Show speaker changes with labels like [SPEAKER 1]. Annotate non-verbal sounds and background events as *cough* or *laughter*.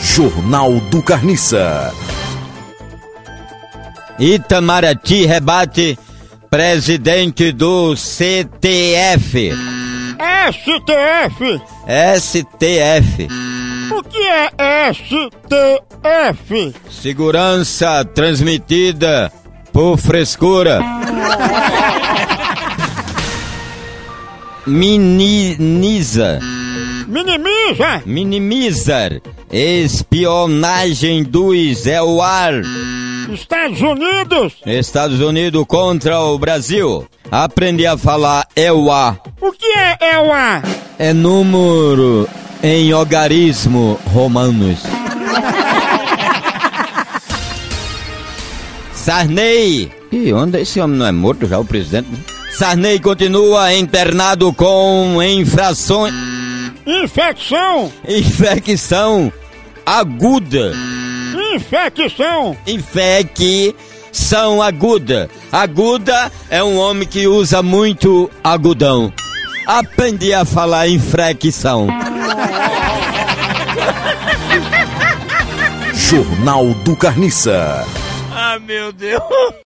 [SPEAKER 1] Jornal do Carniça.
[SPEAKER 2] Itamaraty rebate presidente do CTF.
[SPEAKER 3] STF?
[SPEAKER 2] STF.
[SPEAKER 3] O que é STF?
[SPEAKER 2] Segurança transmitida por frescura. Minimiza.
[SPEAKER 3] Minimiza?
[SPEAKER 2] Minimizar. Espionagem dos é o ar.
[SPEAKER 3] Estados Unidos?
[SPEAKER 2] Estados Unidos contra o Brasil. Aprendi a falar é o ar.
[SPEAKER 3] O que é EUA?
[SPEAKER 2] É número em algarismo *laughs* romanos. Sarney! E onde esse homem não é morto já, o presidente? né? Sarney continua internado com infrações,
[SPEAKER 3] Infecção?
[SPEAKER 2] infecção aguda.
[SPEAKER 3] Infecção?
[SPEAKER 2] Infecção aguda. Aguda é um homem que usa muito agudão. Aprendi a falar infecção.
[SPEAKER 1] Jornal do Carniça.
[SPEAKER 3] Ah, meu Deus.